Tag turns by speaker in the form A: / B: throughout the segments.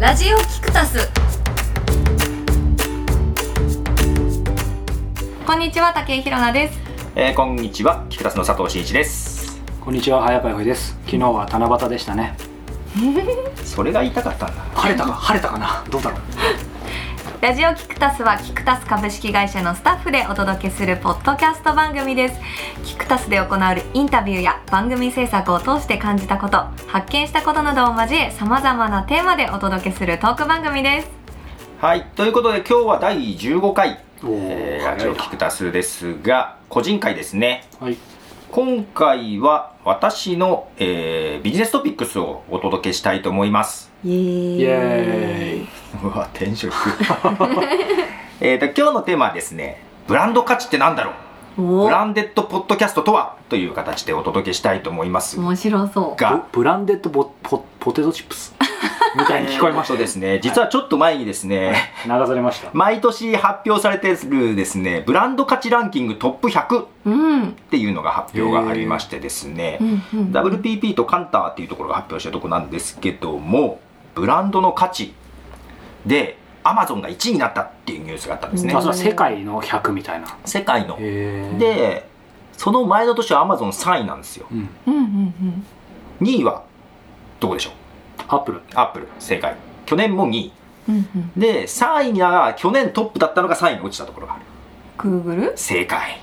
A: ラジオキクタスこんにちは竹井ひろなです
B: えー、こんにちは、キクタスの佐藤真一です。
C: こんにちは早川由です昨日は七夕でしたね
B: それが言いたかったんだ。
C: 晴れたか晴れたかなどうだろう
A: ラジオキクタスはキクタス株式会社のスタッフでお届けするポッドキャスト番組ですキクタスで行われるインタビューや番組制作を通して感じたこと発見したことなどを交えさまざまなテーマでお届けするトーク番組です
B: はい、ということで今日は第15回、
C: おー
B: えー、
C: 早
B: ラ
C: い
B: ジオキクタスですが、個人会ですね。
C: はい
B: 今回は私の、えー、ビジネストピックスをお届けしたいと思い ます。
A: イエー
C: イエーイ
B: うわ、転職。 えーと、今日のテーマはですね、ブランド価値ってなんだろうブランデッドポッドキャストとはという形でお届けしたいと思います
A: 面白そ
B: が、
C: ブブランデッドボポポテトチップスみたいに聞こえまし
B: そ
C: た
B: うですね、実はちょっと前にです ね、
C: 流されました
B: 毎年発表されてるですねブランド価値ランキングトップ100っ
A: ううん
B: ていうのが発表がありましてですね、
A: うんうん
B: WPP とカンターっていうところが発表したとこなんですけどもブランドの価値でアマゾンが1位になったっていうニュースがあったんですね、
C: あそれは世界の100みたいな
B: 世界の
C: へー
B: でその前の年はアマゾン3位なんですよ
C: うん
A: うんうん
B: 2位はどこでしょう
C: アップル
B: アップル正解去年も2位
A: うんうんうん
B: で3位が去年トップだったのが3位に落ちたところがある
A: Google
B: 正解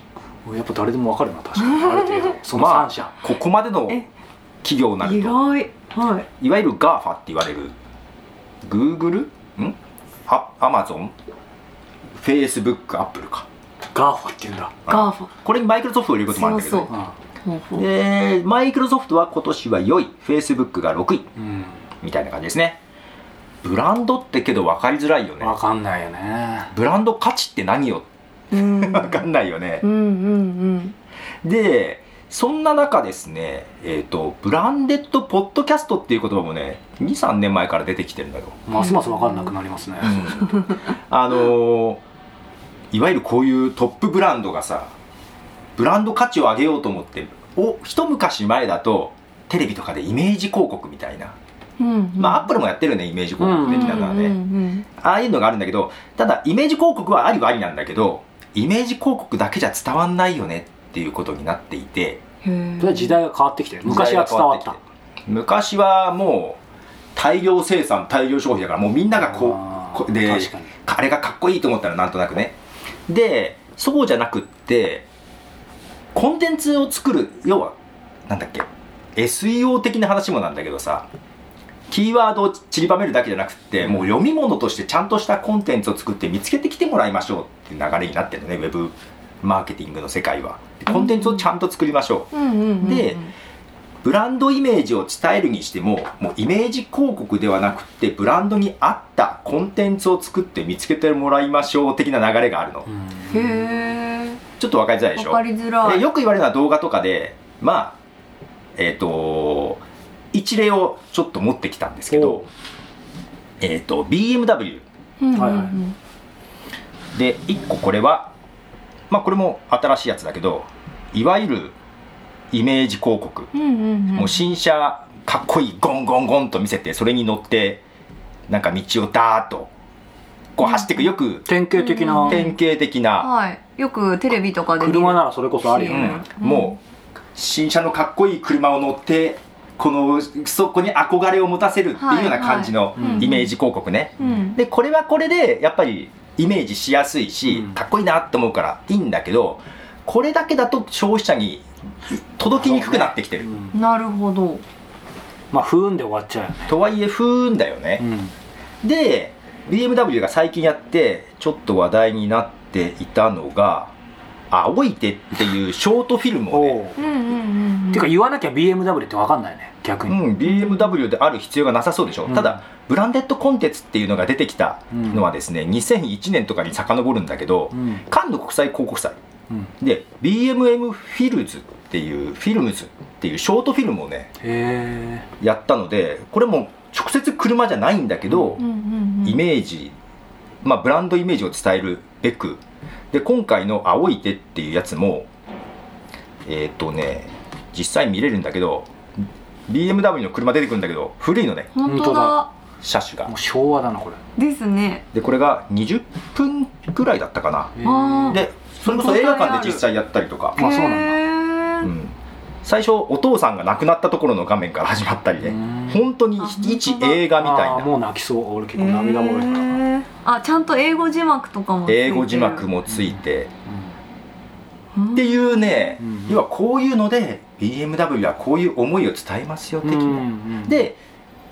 C: やっぱ誰でもわかるな確かにある程度その3社
B: ここまでの
A: え
B: 企業になる
A: 意
B: と
A: 外はい
B: いわゆる GAFA って言われる Google? んあ Amazon? Facebook? Apple か
C: ガーファって言うんだ
A: ガーファ
B: これにマイクロソフトを入れることもあるんだけど
A: そうほうほう
B: でマイクロソフトは今年は4位 Facebook が6位
C: うん
B: みたいな感じですねブランドってけど分かりづらいよね
C: わかんないよね
B: ブランド価値って何よ
A: うんうん
B: 分かんないよね
A: うんうん
B: でそんな中ですねえっ、とブランデッドポッドキャストっていう言葉もね23年前から出てきてるんだよ
C: ますますわかんなくなりますね
B: あのーいわゆるこういうトップブランドがさブランド価値を上げようと思ってお一昔前だとテレビとかでイメージ広告みたいな、
A: うん
B: まあアップルもやってるよねイメージ広告的なのはね、
A: ね
B: ああいうのがあるんだけどただイメージ広告はありはありなんだけどイメージ広告だけじゃ伝わんないよねっていうことになっていて
C: それは時代が変わってきて昔は伝わった
B: 昔はもう大量生産大量消費だからもうみんながこ
C: あ
B: う
C: ー
B: こで
C: 確かに
B: あれがかっこいいと思ったらなんとなくねでそうじゃなくってコンテンツを作る要はなんだっけ SEO 的な話もなんだけどさキーワードを散りばめるだけじゃなくってもう読み物としてちゃんとしたコンテンツを作って見つけてきてもらいましょうっていう流れになってるのねウェブマーケティングの世界はコンテンツをちゃんと作りましょうでブランドイメージを伝えるにしてももうイメージ広告ではなくってブランドに合ったコンテンツを作って見つけてもらいましょう的な流れがあるの
A: へ
C: うん
A: え
B: ちょっと分かりづらいでし
A: 分
B: ょ
A: かりづら
B: で
A: い
B: よく言われるのは動画とかでまあえっ、と一例をちょっと持ってきたんですけ
C: お
B: どえっ、と BMW
A: うんうんうん
C: はいはい
B: で1個これはまあこれも新しいやつだけどいわゆるイメージ広告
A: うんうんうん
B: もう新車かっこいいゴンゴンゴンと見せてそれに乗ってなんか道をダーッとこう走っていくよく
C: 典型的な
A: うん
B: 典型的な、
A: はいよくテレビとかで見る
C: 車ならそれこそあるよね
A: うん
B: もう新車のかっこいい車を乗ってこのそこに憧れを持たせるっていうような感じの
C: はいはい
A: うん
B: イメージ広告ね。
A: うん
B: でこれはこれでやっぱりイメージしやすいし
C: うん
B: かっこいいなって思うからいいんだけどこれだけだと消費者に届きにくくなってきて
C: う
B: る。
C: ん
A: なるほど
C: まあ不運で終わっちゃうよね
B: とはいえ不運だよね。
C: うん
B: で BMW が最近やってちょっと話題になっていたのが「青い手」っていうショートフィルムをね、
C: おう
A: うんうんうん
C: てか言わなきゃ BMW って分かんないね逆
B: う
C: に
B: ん、BMW である必要がなさそうでしょ、
C: うん
B: ただブランデッドコンテンツっていうのが出てきたのはですね2001年とかに遡るんだけど
C: うん
B: カンヌ国際広告祭
C: うん
B: で BMM フィルズっていうフィルムズっていうショートフィルムをね
C: へ
B: やったのでこれも直接車じゃないんだけど、
A: うんうんうん
B: イメージ、まあ、ブランドイメージを伝えるべくで今回の「青い手」っていうやつもえっ、とね実際見れるんだけど BMW の車出てくるんだけど古いのね
A: 本当
C: 本当
A: だ
B: 車種が
C: もう昭和だなこれ
A: ですね
B: でこれが20分ぐらいだったかな
A: あー
B: でそれこそ映画館で実際やったりとか、
C: まあそうなんだ
B: う
A: なん
B: ん、最初お父さんが亡くなったところの画面から始まったり
C: う
B: ね
C: ん
B: 本当に
A: あ
B: 一
A: 本当だ
B: 映画みたい
C: あー
B: な
C: もう泣きそう俺結構涙もろいから、うん
A: あちゃんと英語字幕とかもついてる
B: 英語字幕もついて
A: うん
B: っていうね
C: うん
B: 要はこういうので BMW はこういう思いを伝えますよ的
C: う
B: なんで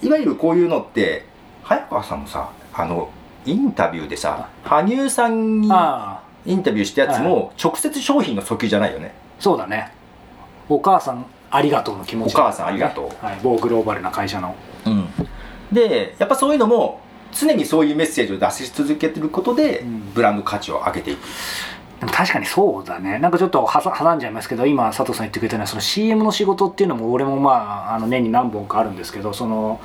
B: いわゆるこういうのって早川さんもさあのインタビューでさ羽生さんに
C: ああ
B: インタビューしたやつも直接商品の訴求じゃないよね
C: そうだねお母さんありがとうの気持ち、
B: お母さんありがとう
C: はい、某グローバルな会社の
B: うん、でやっぱそういうのも常にそういうメッセージを出し続けてることで、
C: うん
B: ブランド価値を上げていく
C: でも確かにそうだねなんかちょっとはさ挟んじゃいますけど今佐藤さん言ってくれたのはその CM の仕事っていうのも俺もまああの年に何本かあるんですけどその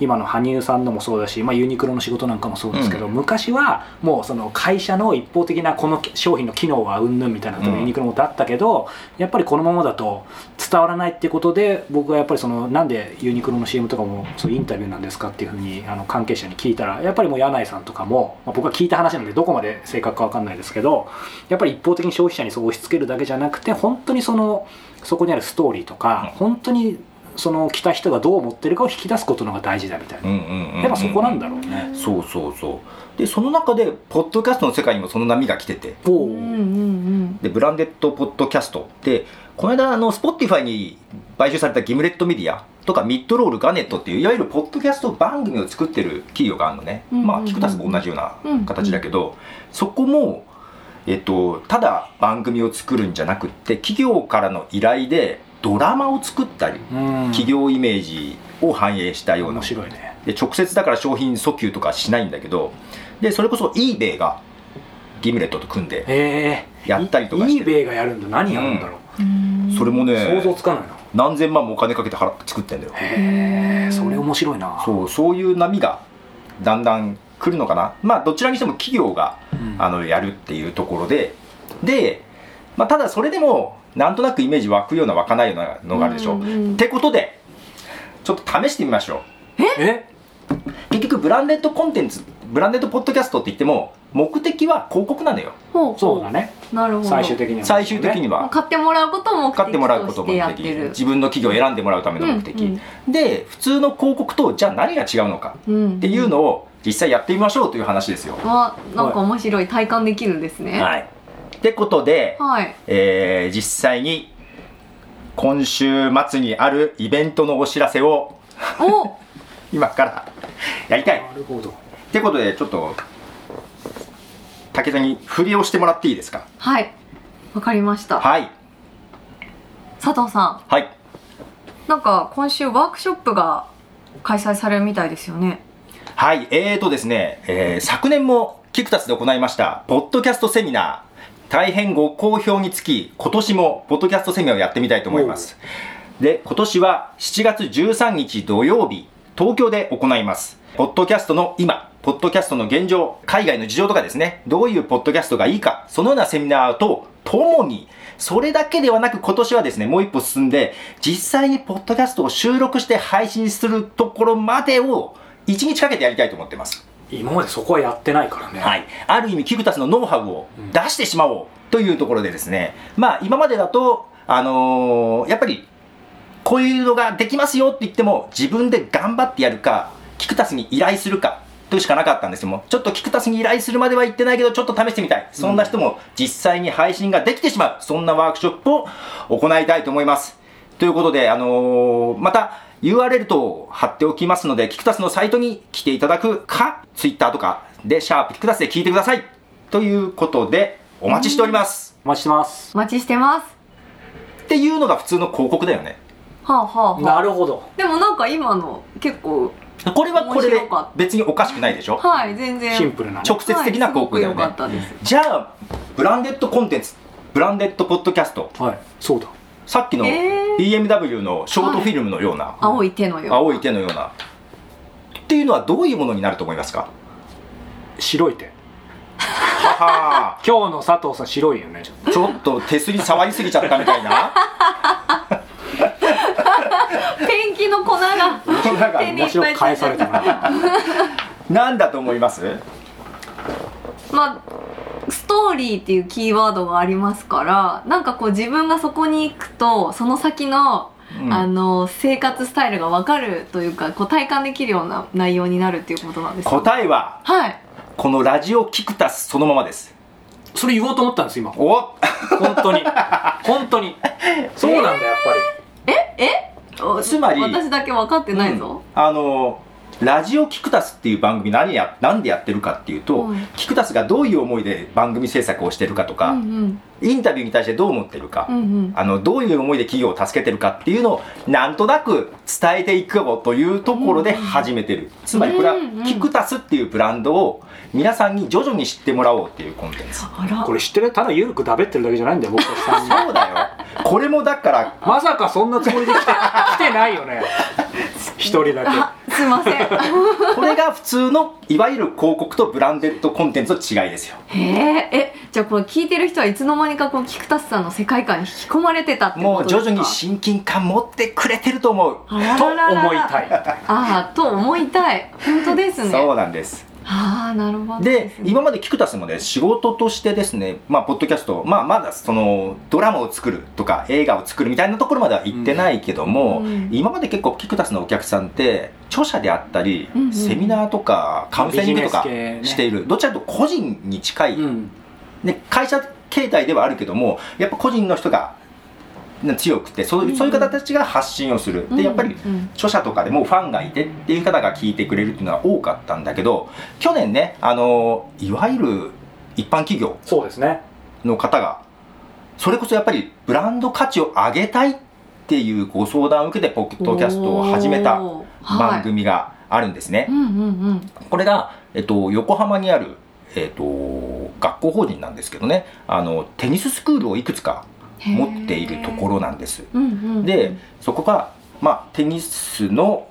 C: 今の羽生さんのもそうだし、まあ、ユニクロの仕事なんかもそうですけど、昔はもうその会社の一方的なこの商品の機能はうんぬんみたいなのと
B: うん
C: ユニクロもだったけど、やっぱりこのままだと伝わらないっていうことで僕はやっぱりそのなんでユニクロの CM とかもそうインタビューなんですかっていうふうにあの関係者に聞いたらやっぱりもう柳井さんとかも、まあ、僕は聞いた話なんでどこまで正確かわかんないですけどやっぱり一方的に消費者にそう押し付けるだけじゃなくて本当にそのそこにあるストーリーとか、
B: うん
C: 本当にその来た人がどう思ってるかを引き出すことの方が大事だみたいな、
B: や
C: やっぱそこなんだろうね、
B: そうそうそうでその中でポッドキャストの世界にもその波が来てて
C: お
A: うんうん
B: でブランデッドポッドキャストでこの間あの Spotify に買収されたギムレットメディアとかミッドロールガネットっていういわゆるポッドキャスト番組を作ってる企業があるのね、
A: うんうんうん
B: まあキクタスも同じような形だけど、そこも、えっと、ただ番組を作るんじゃなくって企業からの依頼でドラマを作ったり
C: うん
B: 企業イメージを反映したような
C: 面白いね
B: で直接だから商品訴求とかしないんだけどでそれこそ eBay がギムレットと組んで
C: ええ
B: やったりとかしてる
C: eBay がやるんだ何やるんだろう、
A: うんうん
B: それもね
C: 想像つかないな
B: 何千万もお金かけて払って作ってんだよ
C: へえそれ面白いな
B: そうそういう波がだんだん来るのかなまあどちらにしても企業が
C: うん
B: あのやるっていうところでで、まあ、ただそれでもなんとなくイメージ湧くような湧かないようなのがあるでしょ、
A: うんうん
B: ってことでちょっと試してみましょう
C: え
B: 結局ブランデッドコンテンツブランデッドポッドキャストって言っても目的は広告なのよ
A: ほほ
C: そうだね
A: なるほど
C: 最終的には
B: 最終的に
A: まあ
B: は
A: 買ってもらうことも目
B: 買ってもらう
A: 的
B: こと
A: し
B: とも
A: て
B: 目
A: やっ
B: 的
A: てる
B: 自分の企業を選んでもらうための目的、
A: うん
B: で普通の広告とじゃあ何が違うのか
A: っ
B: っていうのを実際やってみましょうという話ですよ、
A: はなんか面白い体感できるんですね
B: はいってことで、
A: はい
B: えー実際に今週末にあるイベントのお知らせを
A: お
B: 今からやりたい
C: なるほど
B: ってことでちょっと武田に振りをしてもらっていいですか
A: はいわかりました
B: はい
A: 佐藤さ
B: はい
A: んなんか今週ワークショップが開催されるみたいですよね
B: はい、えーとですね、えー昨年もキクタスで行いました、ポッドキャストセミナー、大変ご好評につき、今年もポッドキャストセミナーをやってみたいと思います。で、今年は7月13日土曜日、東京で行います。ポッドキャストの今、ポッドキャストの現状、海外の事情とかですね、どういうポッドキャストがいいか、そのようなセミナーとともに、それだけではなく今年はですね、もう一歩進んで、実際にポッドキャストを収録して配信するところまでを、1日かけてやりたいと思ってます。
C: 今までそこはやってないからね、
B: はい、ある意味キクタスのノウハウを出してしまおうというところでですね、まあ今までだと、あのーやっぱりこういうのができますよって言っても自分で頑張ってやるかキクタスに依頼するかというしかなかったんですけどもちょっとキクタスに依頼するまでは言ってないけどちょっと試してみたいそんな人も実際に配信ができてしまうそんなワークショップを行いたいと思いますということで、あのーまた URL と貼っておきますのでキクタスのサイトに来ていただくか Twitter とかで「シャープキクタス」で聞いてくださいということでお待ちしております
C: お待ちしてます
A: お待ちしてます
B: っていうのが普通の広告だよね
A: はあはあはあ
C: なるほど
A: でもなんか今の結構
B: これはこれ
A: 面
B: で
A: 白かった
B: 別におかしくないでしょ
A: はい全然
C: シンプルなね
B: 直接的な広告だよね、
A: はいすごく良かったです
B: じゃあブランデッドコンテンツブランデッドポッドキャスト
C: はいそうだ
B: さっきの
A: えー
B: BMW のショートフィルムのような、
A: 青い手のよう
B: 青い手のようなっていうのはどういうものになると思いますか
C: 白い手
B: はは
C: 今日の佐藤さん白いよねちょっと
B: ちょっと手すり触りすぎちゃったみたいな
A: ペンキの粉が
B: 粉が
A: 手にいっ
C: 面
A: ぱ
C: 白
A: いつい
C: く返
A: て
C: された
A: る
C: な
B: なんだと思います
A: まあストーリーっていうキーワードがありますからなんかこう自分がそこに行くとその先の、
B: うん
A: あの生活スタイルが分かるというかこう体感できるような内容になるっていうことなんですよ
B: 答えは
A: はい
B: このラジオキクタスそのままです
C: それ言おうと思ったんです今本
B: お
C: 当 に本当にそうなんだやっぱり
A: お
B: つまり
A: 私だけ分かってないぞ、
B: うんあのラジオキクタスっていう番組何やなんでやってるかっていうと、
A: うん
B: キクタスがどういう思いで番組制作をしてるかと
A: うん、
B: か、
A: うん
B: インタビューに対してどう思ってるか、
A: うんうん
B: あのどういう思いで企業を助けてるかっていうのをなんとなく伝えていくよというところで始めてる、つまりこれは
A: うんうん
B: キクタスっていうブランドを皆さんに徐々に知ってもらおうっていうコンテンツ
A: あら
C: これ知ってるただ緩くだべってるだけじゃないんだよ僕たち3人
B: そうだよこれもだから
C: まさかそんなつもりで来 て来てないよね一人だけ
A: あ すいません
B: これが普通のいわゆる広告とブランデッドコンテンツの違いですよ
A: へええじゃあこれ聞いてる人はいつの間にかこう菊田さんの世界観に引き込まれてたって
B: も
A: ことで
B: う
A: す
B: 徐
A: か
B: 々に親近感持ってくれてると思う
A: あら
C: と
A: ららら
C: 思いたい
A: ああと思いたい本当ですね
B: そうなんです
A: ああなるほど
B: で
A: ですね
B: 今までキクタスもね仕事としてですねまあポッドキャスト、まあ、まだそのドラマを作るとか映画を作るみたいなところまでは行ってないけども、
A: うん
B: 今まで結構キクタスのお客さんって著者であったり、
A: うんうん
B: セミナーとかカウンセリングとか
C: ビジネス系ね
B: している、どちらかというと個人に近い、
C: うん
B: で会社形態ではあるけどもやっぱ個人の人がね強くてそう,、そういう方たちが発信をするでやっぱり、
A: うんうん
B: 著者とかでもファンがいてっていう方が聞いてくれるっていうのは多かったんだけど去年ねあのいわゆる一般企業
C: そうですね
B: の方がそれこそやっぱりブランド価値を上げたいっていうご相談を受けてポッドキャストを始めた
A: おー
B: 番組があるんですね
A: はい、う。んうんうん
B: これが、えっと、横浜にある、えっと、学校法人なんですけどねあのテニススクールをいくつか
A: へー
B: 持っているところなんです。
A: うんうんうん
B: でそこが、まあ、テニスの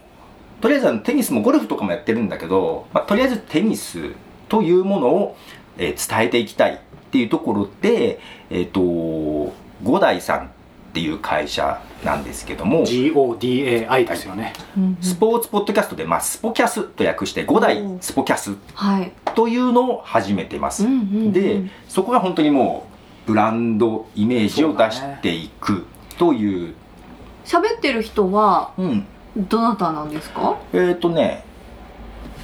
B: とりあえずあのテニスもゴルフとかもやってるんだけど、まあ、とりあえずテニスというものを、えー伝えていきたいっていうところで、えっと五代さんっていう会社なんですけども。
C: GODAI ですよね
A: うんうん
B: スポーツポッドキャストで、まあ、スポキャスと訳して五代スポキャス
A: はい
B: というのを始めてます、
A: うんうんうん
B: でそこが本当にもうブランドイメージを出していくという
A: 喋ってる人は
B: うん
A: どなたなんですか
B: えっ、とね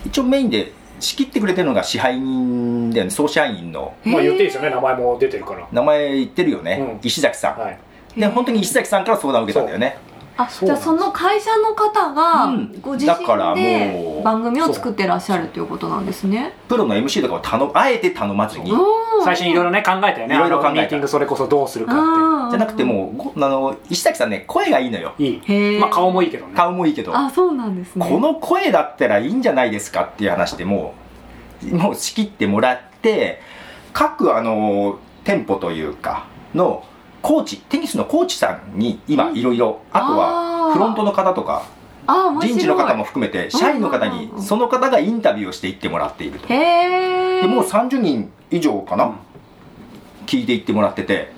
B: 一応メインで仕切ってくれてるのが支配人だよね総支配人の
C: まあ
A: へー
C: 言っていいですよね名前も出てるから
B: 名前言ってるよね、
C: うん
B: 石崎さん、
C: はい
B: で本当に石崎さんから相談を受けたんだよね
A: あ
C: そう
A: じゃ
C: なん
A: あ
C: です
A: その会社の方が
B: うん
A: ご自
B: だから
A: 身
B: も
A: で
B: う
A: 番組を作ってらっしゃるということなんですね
B: プロの MC とかを頼あえて頼まずに、
A: うん
C: 最初にいろいろね考えたよね
B: いろいろ考えた
C: あのミーティングそれこそどうするかっ
A: あー
B: じゃなくてもうごあの石崎さんね声がいいのよ
C: ていい
A: へえ
C: まあ顔もいいけどね
B: 顔もいいけど
A: あそうなんですね
B: この声だったらいいんじゃないですかっていう話でもうもう仕切ってもらって各あの店舗というかのコーチテニスのコーチさんに今
A: うん
B: いろいろあと
A: あ
B: は
A: ー
B: フロントの方とか
A: あ面白い
B: 人事の方も含めて社員の方
A: うん
B: に
A: うんうん
B: その方がインタビューをしていってもらっていると
A: へえ
B: でもう30人以上かな、
C: うん
B: 聞いていってもらってて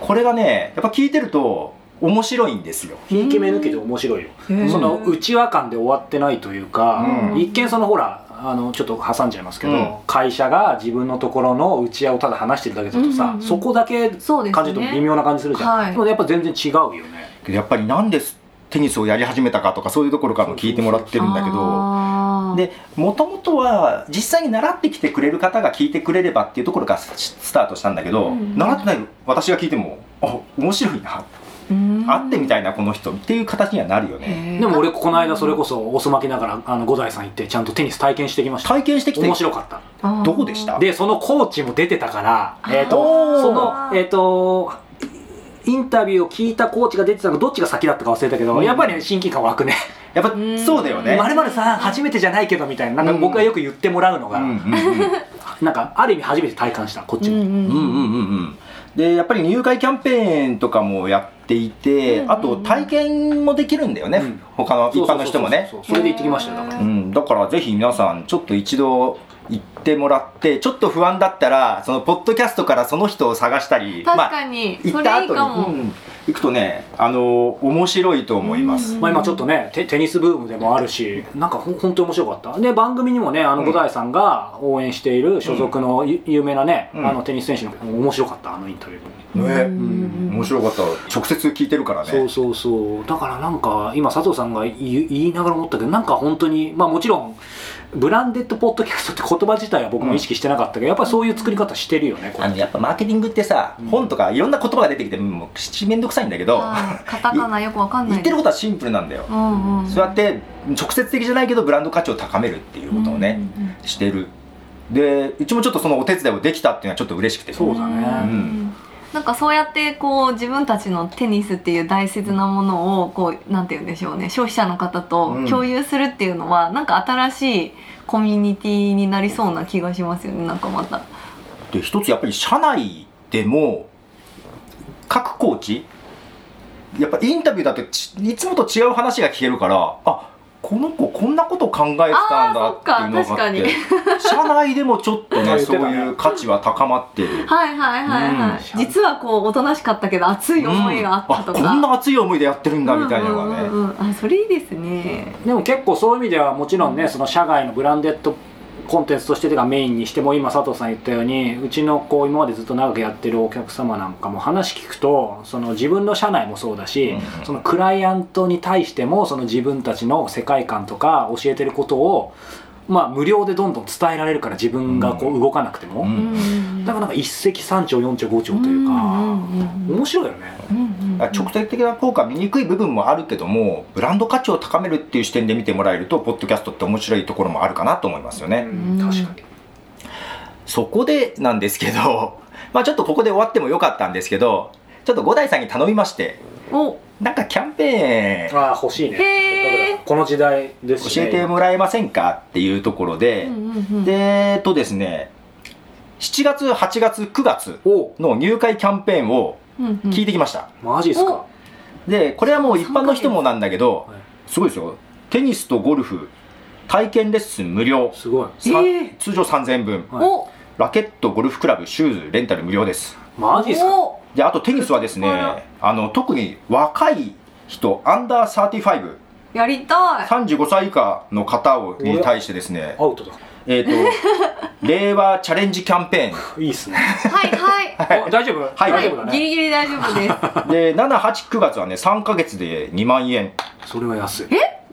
B: これがねやっぱ聞いてると面白いんですよ
C: ひいき目抜けて面白いよ
A: うん
C: その内輪感で終わってないというか、
B: うん
C: 一見そのほらあのちょっと挟んじゃいますけど、
B: うん
C: 会社が自分のところの内輪をただ話してるだけだとさ、
A: うんうんうん
C: そこだけ
A: そうですね
C: 感じると微妙な感じするじゃん、
A: はい
C: でもやっぱ全然違うよね
B: けどやっぱりなんでテニスをやり始めたかとかそういうところからも聞いてもらってるんだけど
A: あー
B: でもともとは実際に習ってきてくれる方が聞いてくれればっていうところからススタートしたんだけど、
A: うん
B: 習ってない私が聞いてもあ面白いな、
A: うん
B: 会ってみたいなこの人っていう形にはなるよね
A: へー
C: でも俺この間それこそオス巻きながらあの五代さん行ってちゃんとテニス体験してきました
B: 体験してきて
C: 面白かった
A: あー
B: どこでした
C: でそのコーチも出てたから、
A: あー
C: えー、
B: おー
C: とそのえっ、とインタビューを聞いたコーチが出てたのがどっちが先だったか忘れたけど、
B: うん
C: やっぱり、ね、親近感湧くね
B: やっぱ
A: うん
B: そうだよね
A: え
C: まるまるさん初めてじゃないけどみたいななん
B: う
C: か
B: ん
C: 僕がよく言ってもらうのが、
B: うんうんうん
C: なんかある意味初めて体感したこっ
A: う
C: ち
A: ん
C: も、
A: うん
B: うんうんうんうんでやっぱり入会キャンペーンとかもやっていて、
A: うんうんうん
B: あと体験もできるんだよね、
C: うん
B: 他の一般の人もね
C: そうそうそうそうそれで行ってきましたよだから
B: うん、だからぜひ皆さんちょっと一度行っってもらってちょっと不安だったらそのポッドキャストからその人を探したり
A: 確
B: まあ
A: かに、
B: 行
A: そ
B: っ
A: れ
B: た
A: いい
B: 後
A: か
B: に、
A: も、
B: うん行くとねあの面白いと思います、
A: うん
C: まあ、今ちょっとねテテニスブームでもあるしなんかほん本当に面白かったで番組にもねあの
B: うん
C: 五代さんが応援している所属のゆ有名なね、
B: うん
C: あのテニス選手の面白かったあのインタビューも、
B: ね
A: うん
B: 面白かった直接聞いてるからね
C: そうそうそうだからなんか今佐藤さんが言い言いながら思ったけどなんか本当にまあもちろんブランデッドポッドキャストって言葉自体は僕も意識してなかったけど、やっぱりそういう作り方してるよねこ
B: あ
C: れ
B: のやっぱマーケティングってさ、
C: うん
B: 本とかいろんな言葉が出てきてもう七面倒くさいんだけど、
A: はいカタカナよくわかんない
B: 言ってることはシンプルなんだよ、
A: うんうん、
B: そうやって直接的じゃないけどブランド価値を高めるっていうことをね、
A: うんうん
B: してるでうちもちょっとそのお手伝いをできたっていうのはちょっと嬉しくて
C: そうだね
B: うん
A: なんかそうやってこう自分たちのテニスっていう大切なものをこうなんて言うんでしょうね消費者の方と
B: うん
A: 共有するっていうのは、なんか新しいコミュニティになりそうな気がしますよねなんかまた。
B: で一つやっぱり社内でも各コーチやっぱインタビューだとちいつもと違う話が聞けるからあこの子こんなこと考えてたんだっていうのがあって
A: あー
B: 社内でもちょっと
C: 言
B: ね
C: ってた
B: そ
C: ね
B: ういう価値は高まってる
A: はいはいはいはい、
C: うん
A: 実はこうおとなしかったけど熱い思いがあったとか、
B: うんあこんな熱い思いでやってるんだみたいなの
A: うんうんう
B: がね
A: んうんあそれいいですね
C: でも結構そういう意味ではもちろんねその社外のブランデッドコンテンツとしてというかメインにしても今佐藤さん言ったようにうちのこう今までずっと長くやってるお客様なんかも話聞くとその自分の社内もそうだし、
B: うん
C: そのクライアントに対してもその自分たちの世界観とか教えてることをまあ無料でどんどん伝えられるから自分がこう動かなくても、
B: うん
C: だからなんか一石三鳥四鳥五鳥というか、面白いよね
B: だから直接的な効果見にくい部分もあるけどもブランド価値を高めるっていう視点で見てもらえるとポッドキャストって面白いところもあるかなと思いますよね、
A: ん
C: 確かに
B: そこでなんですけど、 まあちょっとここで終わってもよかったんですけど、ちょっと五代さんに頼みまして、
A: お
B: なんかキャンペーン
C: ああ欲しいね
A: へー
C: この時代ですし
B: 教え
C: ね
B: てもらえませんかっていうところで、で、えっとですね、7月、8月、9月
C: お
B: の入会キャンペーンを聞いてきました。
C: マジっすか
B: で、これはもう一般の人もなんだけど
C: はい、
B: すごいですよ。テニスとゴルフ、体験レッスン無料、
C: すごい
B: さ
A: えー
B: 通常3000円分、
C: はい
A: お
B: ラケット、ゴルフクラブ、シューズ、レンタル無料です。
C: マジっすか
A: お
B: であとテニスはですね
A: あら
B: あの特に若い人アンダー
A: やりたい
B: 3535歳以下の方をに対してですね
C: アウトだ
B: えっ、と令和チャレンジキャンペ
C: いいっすね
A: はい はい
C: お大丈夫
B: い
C: 大丈夫だ
A: ギ
C: ね
A: リギリ大丈夫です
B: ーンで789月はね3ヶ月で2万円
C: それは安い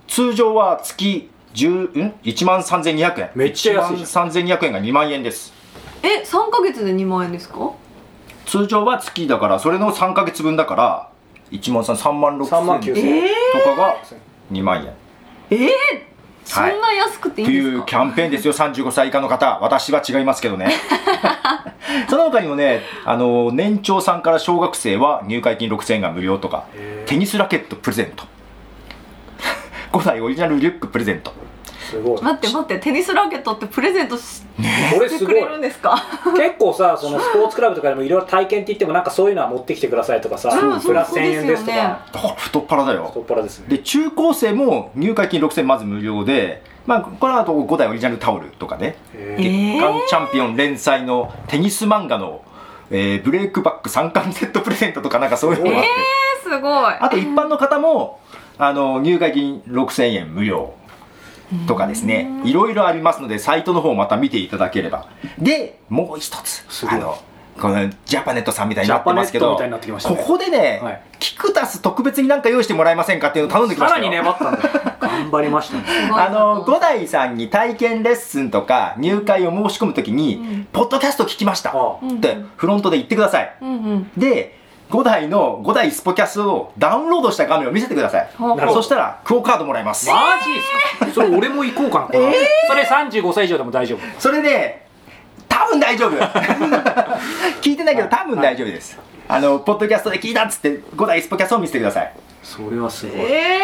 B: 通常は月10ん1万3200円
C: めっちゃ安いじゃん
B: 1万3200円が2万円です
A: え三ヶ月で二万円ですか
B: 通常は月だからそれの3ヶ月分だから1万3万
C: 3万
B: 6000
C: 9000
B: 円
C: 円
A: え
B: とかが2万円
A: ええー、そ
B: はい
A: んな安くていい
B: って
A: んです
B: い
A: か
B: うキャンペーンですよ35歳以下の方私は違いますけ どねその他にもねあの年長さんから小学生は入会金6000円が無料とか
C: へー
B: テニスラケットプレゼント5歳オリジナルリュックプレゼント
C: すごい
A: 待って待ってテニスラケットってプレゼントし
C: これ
A: し
C: す
A: て
C: ご
A: く
C: い
A: れるんですか
C: 結構さ そのスポーツクラブとかでもいろいろ体験って言ってもなんかそういうのは持ってきてくださいとかさ
A: うん
C: プラス
A: そう
C: 1000
A: ですよね
C: 円ですとか
B: だから太っ腹だ
C: 太
B: よ
C: っ腹ですね
B: で中高生も入会金6000円まず無料でまあこれはあと5台オリジナルタオルとかね
C: へ
A: え
C: ー
B: 月刊チャンピオン連載のテニス漫画の、えーブレイクバック3巻セットプレゼントとかなんかそういうのもあって、
A: えすごい
B: あと一般の方も、あの、入会金6000円無料とかですね、いろいろありますので、サイトの方をまた見ていただければ。で、もう一つ
C: す、ごい
B: あの、このジャパネットさんみたいになってますけ
C: ジャ
B: ど、
C: パネットみたいになってきましたね
B: ここでね、
C: はい
B: キクタス特別になんか用意してもらえませんかっていうのを頼んでき
C: さ
B: ました
C: ら
B: よ。
C: に粘ったんだよ 頑張りましたね
A: すごい
B: あの五代さんに体験レッスンとか入会を申し込むときに、
A: うん
B: ポッドキャスト聞きました
C: あ
A: あ
B: ってフロントで言ってください
A: うんうん
B: で5台の5台スポキャスをダウンロードした画面を見せてください
A: ほう
C: なるほど
B: そしたらクオカードもらえます
C: マジっすかそれ俺も行こうかなこれそれ35歳以上でも大丈夫
B: それで多分大丈夫 聞いてないけど多分大丈夫ですあのポッドキャストで聞いたっつって5台スポキャスを見せてください
C: それはすごい
A: え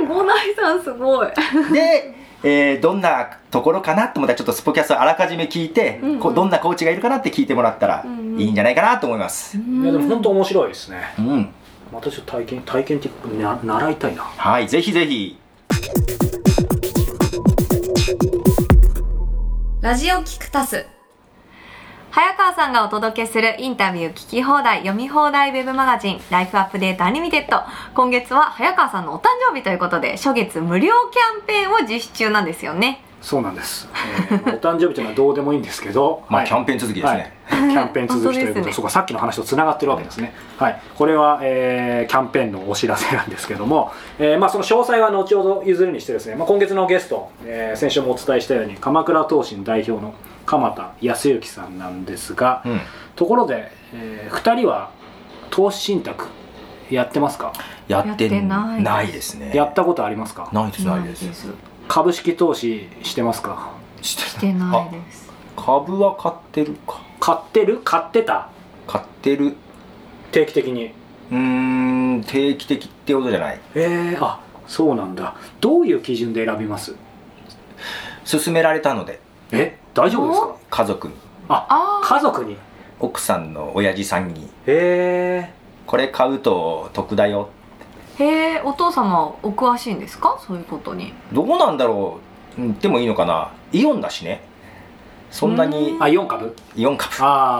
A: ー、五代さんすごい
B: で、えーどんなところかなと思ったらちょっとスポキャスをあらかじめ聞いて、
A: うんうん
B: こうどんなコーチがいるかなって聞いてもらったら
A: うんうん
B: いいんじゃないかなと思います
C: いやでも本当面白いですね
B: うん
C: またちょっと体験体験っていうかな習いたいな
B: はいぜひぜひ
A: ラジオキクタス早川さんがお届けするインタビュー聞き放題読み放題ウェブマガジン「ライフアップデートアニミテッド」今月は早川さんのお誕生日ということで初月無料キャンペーンを実施中なんですよね
C: そうなんです、えーお誕生日というのはどうでもいいんですけど、
B: まあ、
C: はい
B: キャンペーン続きですね、
C: はい、キャンペーン続き
A: 本
C: ということ
A: 当で
C: で、
A: すね
C: そこはさっきの話とつながってるわけですね、はい、これは、えーキャンペーンのお知らせなんですけども、えーまあ、その詳細は後ほど譲るにしてですね、まあ、今月のゲスト、えー先週もお伝えしたように鎌倉東進代表の鎌田康之さんなんですが、
B: うん
C: ところで、え2人は投資信託やってますか、
B: やって
A: やってない
B: ないですね
C: やったことありますか
B: ないですないです
C: 株式投資してますか
B: し
A: してないです
B: あ株は買ってるか
C: 買ってる買ってた
B: 買ってる
C: 定期的に
B: うーん定期的ってことじゃない
C: えー、あそうなんだどういう基準で選びます
B: 勧められたので
C: え大丈夫ですか
B: 家族に
A: ああ
C: 家族に
B: 奥さんの親父さんに
C: え
B: これ買うと得だよ
A: へえお父様お詳しいんですかそういうことに
B: どこなんだろううんでもいいのかなイオンだしねそんな
A: う
B: に
A: ん
C: ー、あイオン株
B: イオン株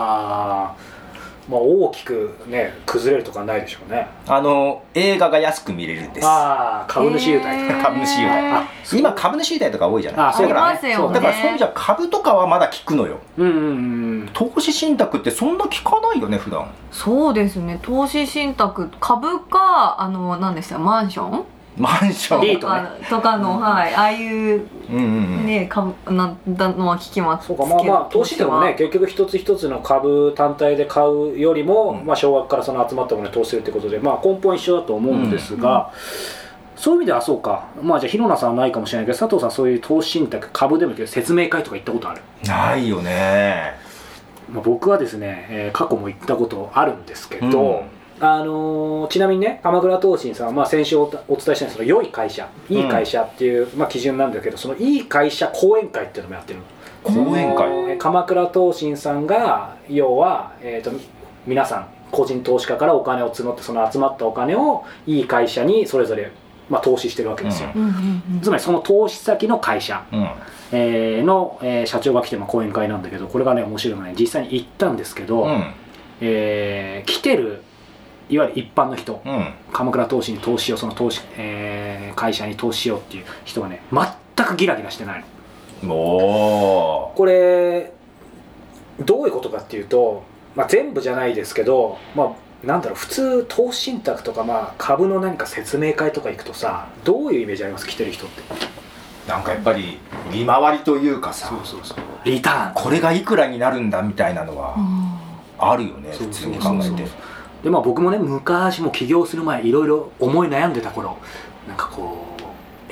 C: あー、まあ大きくね崩れるとかないでしょうね
B: あの映画が安く見れるんです
C: ああ株主優待とか、
A: へー
B: 株主優待
C: あ
B: 今株主優待とか多いじゃない
C: あそう
B: だ
C: だね
B: から
A: ありますよね
B: だからそういう意味じゃ株とかはまだ効くのよ
C: うんうんうん
B: 投資信託ってそんな効かないよね普段
A: そうですね投資信託株かあの何でしたマンション
B: マンション
C: リー
A: と
C: トね
A: かとかの、はいああいう
B: うんうんうん
A: ね株なんだのは聞きます
C: そうかまあまあ投資でもね結局一つ一つの株単体で買うよりも、
B: うん
C: まあ少額からその集まったものに投資するってことでまあ根本一緒だと思うんですが、そういう意味ではそうかまあじゃあ広野さんはないかもしれないけど佐藤さんそういう投資信託株でもいいけど説明会とか行ったことある、
B: ないよね
C: まあ、僕はですね、えー過去も行ったことあるんですけど、
B: うん
C: あのーちなみにね鎌倉東進さんは、まあ、先週おたお伝えしたようにその良い会社いい会社っていう、まあ、基準なんだけどそのいい会社講演会っていうのもやってるの
B: 講演
C: え
B: 会
C: ー鎌倉東進さんが要は、えー、と皆さん個人投資家からお金を募ってその集まったお金をいい会社にそれぞれ、まあ、投資してるわけですよ、
A: うんうんうん
C: つまりその投資先の会社、
B: うん
C: えーの、えー社長が来て、まあ、講演会なんだけどこれがね面白いのがね実際に行ったんですけど、
B: うん
C: えー来てるいわゆる一般の人
B: うん
C: 鎌倉投資に投資をその投資、えー会社に投資しようっていう人がね全くギラギラしてないの
B: おー
C: これどういうことかっていうと、まあ、全部じゃないですけど、まあ、なんだろう普通投資信託とか、まあ、株の何か説明会とか行くとさどういうイメージあります来てる人って
B: なんかやっぱり利回りというかさ
C: そうそうリターン
B: これがいくらになるんだみたいなのは
A: あ
B: あるよね
C: そう
B: 普通に考え
C: そうそ
B: て
C: うでまあ僕もね昔もう起業する前いろいろ思い悩んでた頃なんかこう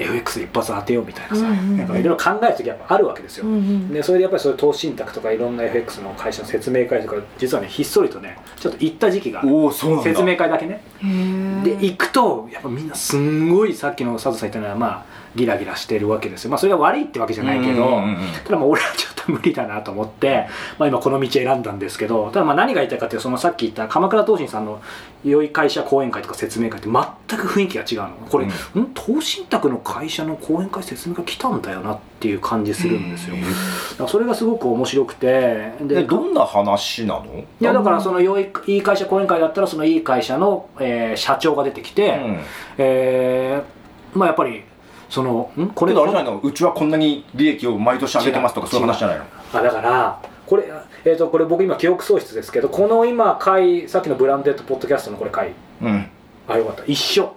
C: FX で一発当てようみたいなさ、
A: うんうんうん
C: なんかいろいろ考える時やっぱあるわけです
A: ー
C: よ、
A: うんうん
C: でそれでやっぱりそういう投資信託とかいろんな FX の会社の説明会とか実はねひっそりとねちょっと行った時期がある
B: おおそうなんだ
C: 説明会だけね
A: へ
C: で
A: え
C: 行くとやっぱみんなすんごいさっきの佐藤さん言ったようなまあギラギラしてるわけですよまあそれが悪いってわけじゃないけど、
B: うんうんうん
C: ただまあ俺はちょっと無理だなと思って、まあ、今この道選んだんですけどただまあ何が言いたいかっていうとそのさっき言った鎌倉東進さんの良い会社講演会とか説明会って全く雰囲気が違うのこれ、
B: うん
C: ん、投資信託の会社の講演会説明会来たんだよなっていう感じするんですよ、
B: へ
C: だ
B: ー
C: からそれがすごく面白くてで
B: えどんな話なの
C: いやだからその良いいい会社講演会だったらそのいい会社の、えー社長が出てきて、
B: うん
C: えーまあやっぱりそのんこ
B: これ
C: れ
B: あれじゃないのうちはこんなに利益を毎年上げてますとかそういう話じゃないの
C: あだからこれ,、えー、とこれ僕今記憶喪失ですけどこの今回さっきのブランデッドポッドキャストのこれ回
B: うん
C: あよかった一緒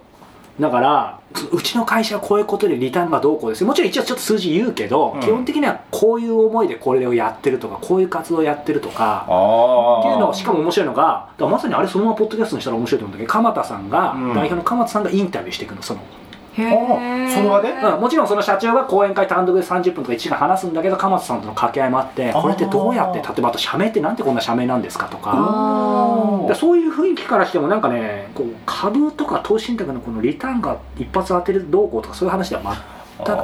C: だからそのうちの会社はこういうことでリターンがどうこうですもちろん一応ちょっと数字言うけど、
B: うん
C: 基本的にはこういう思いでこれをやってるとかこういう活動をやってるとか
B: ああ
C: っていうのをしかも面白いのがだからまさにあれそのままポッドキャストにしたら面白いと思うんだけど鎌田さんが、
B: うん
C: 代表の鎌田さんがインタビューしていくのその、
A: へ
B: あその場で
A: うん
C: うんもちろんその社長が講演会単独で30分とか1時間話すんだけど鎌田さんとの掛け合いもあって
B: あー
C: これってどうやって例えばあと社名ってなんでこんな社名なんですかとか。
A: あ
C: だからそういう雰囲気からしてもなんかねこう株とか投資信託のこのリターンが一発当てるどうこうとかそういう話では全くなくて
B: あ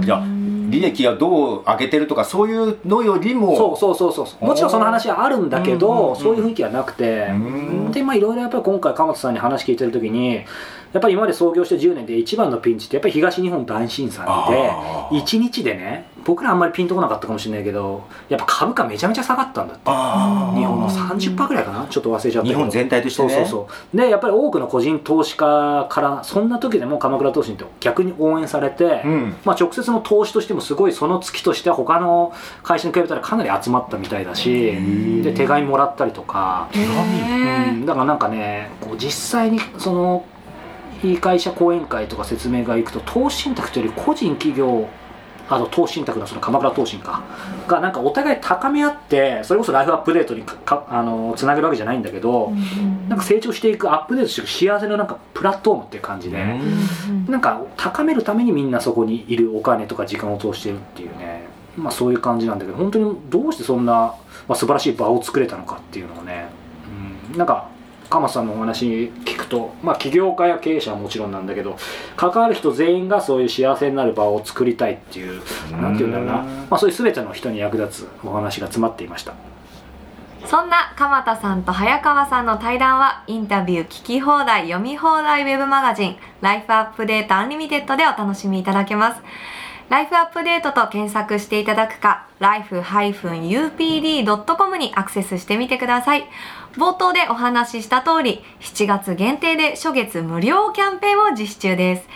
B: ーじゃあ利益がどう上げてるとかそういうのよりも
C: そうそうそうそうもちろんその話はあるんだ
B: うんう
C: け
B: んう
C: ど
B: ん
C: そういう雰囲気はなくて
B: うん
C: でまあいろいろやっぱり今回鎌田さんに話聞いてる時にやっぱり今まで創業して10年で一番のピンチってやっぱり東日本大震災で
B: あー
C: 1日でね僕らあんまりピンとこなかったかもしれないけどやっぱ株価めちゃめちゃ下がったんだって
B: あー
C: 日本の30%ぐらいかなちょっと忘れちゃったけ
B: 日
C: ど
B: 本全体としてね
C: そうそうそうでやっぱり多くの個人投資家からそんな時でも鎌倉投信って逆に応援されて、
B: うん
C: まあ、直接の投資としてもすごいその月としては他の会社に比べたらかなり集まったみたいだし
B: ー
C: で手紙もらったりとか、
A: へー
C: うん、だからなんかねこう実際にそのいい会社講演会とか説明会行くと投資信託というより個人企業あと投資信託のその鎌倉投信かがなんかお互い高め合ってそれこそライフアップデートにかかあのつなげるわけじゃないんだけど、
A: うん
C: なんか成長していくアップデートしていく幸せのなんかプラットフォームっていう感じで、
A: うん
C: なんか高めるためにみんなそこにいるお金とか時間を通してるっていうねまあそういう感じなんだけど本当にどうしてそんな、まあ、素晴らしい場を作れたのかっていうのをね、うん、なんか鎌田さんのお話聞くと、まあ、起業家や経営者はもちろんなんだけど関わる人全員がそういう幸せになる場を作りたいっていうなんて言うんだろうな、まあ、そういう全ての人に役立つお話が詰まっていました
A: そんな鎌田さんと早川さんの対談はインタビュー聞き放題読み放題ウェブマガジン「ライフアップデートアンリミテッド」でお楽しみいただけますライフアップデートと検索していただくか life-upd.com にアクセスしてみてください冒頭でお話しした通り7月限定で初月無料キャンペーンを実施中です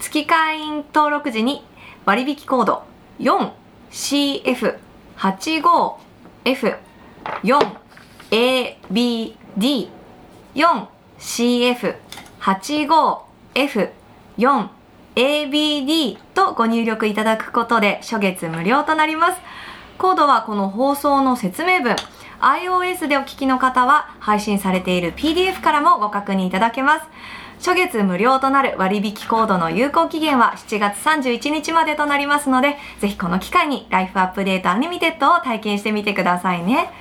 A: 月会員登録時に割引コード 4CF85F4ABD4CF85F4ABD とご入力いただくことで初月無料となりますコードはこの放送の説明文 iOS でお聞きの方は配信されている PDF からもご確認いただけます初月無料となる割引コードの有効期限は7月31日までとなりますのでぜひこの機会にライフアップデートアンリミテッドを体験してみてくださいね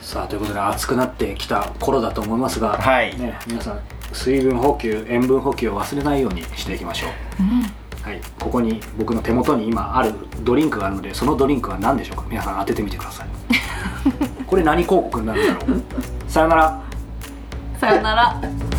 C: さあということで暑くなってきた頃だと思いますが、
B: はい
C: ね、皆さん水分補給塩分補給を忘れないようにしていきましょう、はい、ここに僕の手元に今あるドリンクがあるのでそのドリンクは何でしょうか皆さん当ててみてくださいこれ何広告になるんだろうさよなら
A: さよなら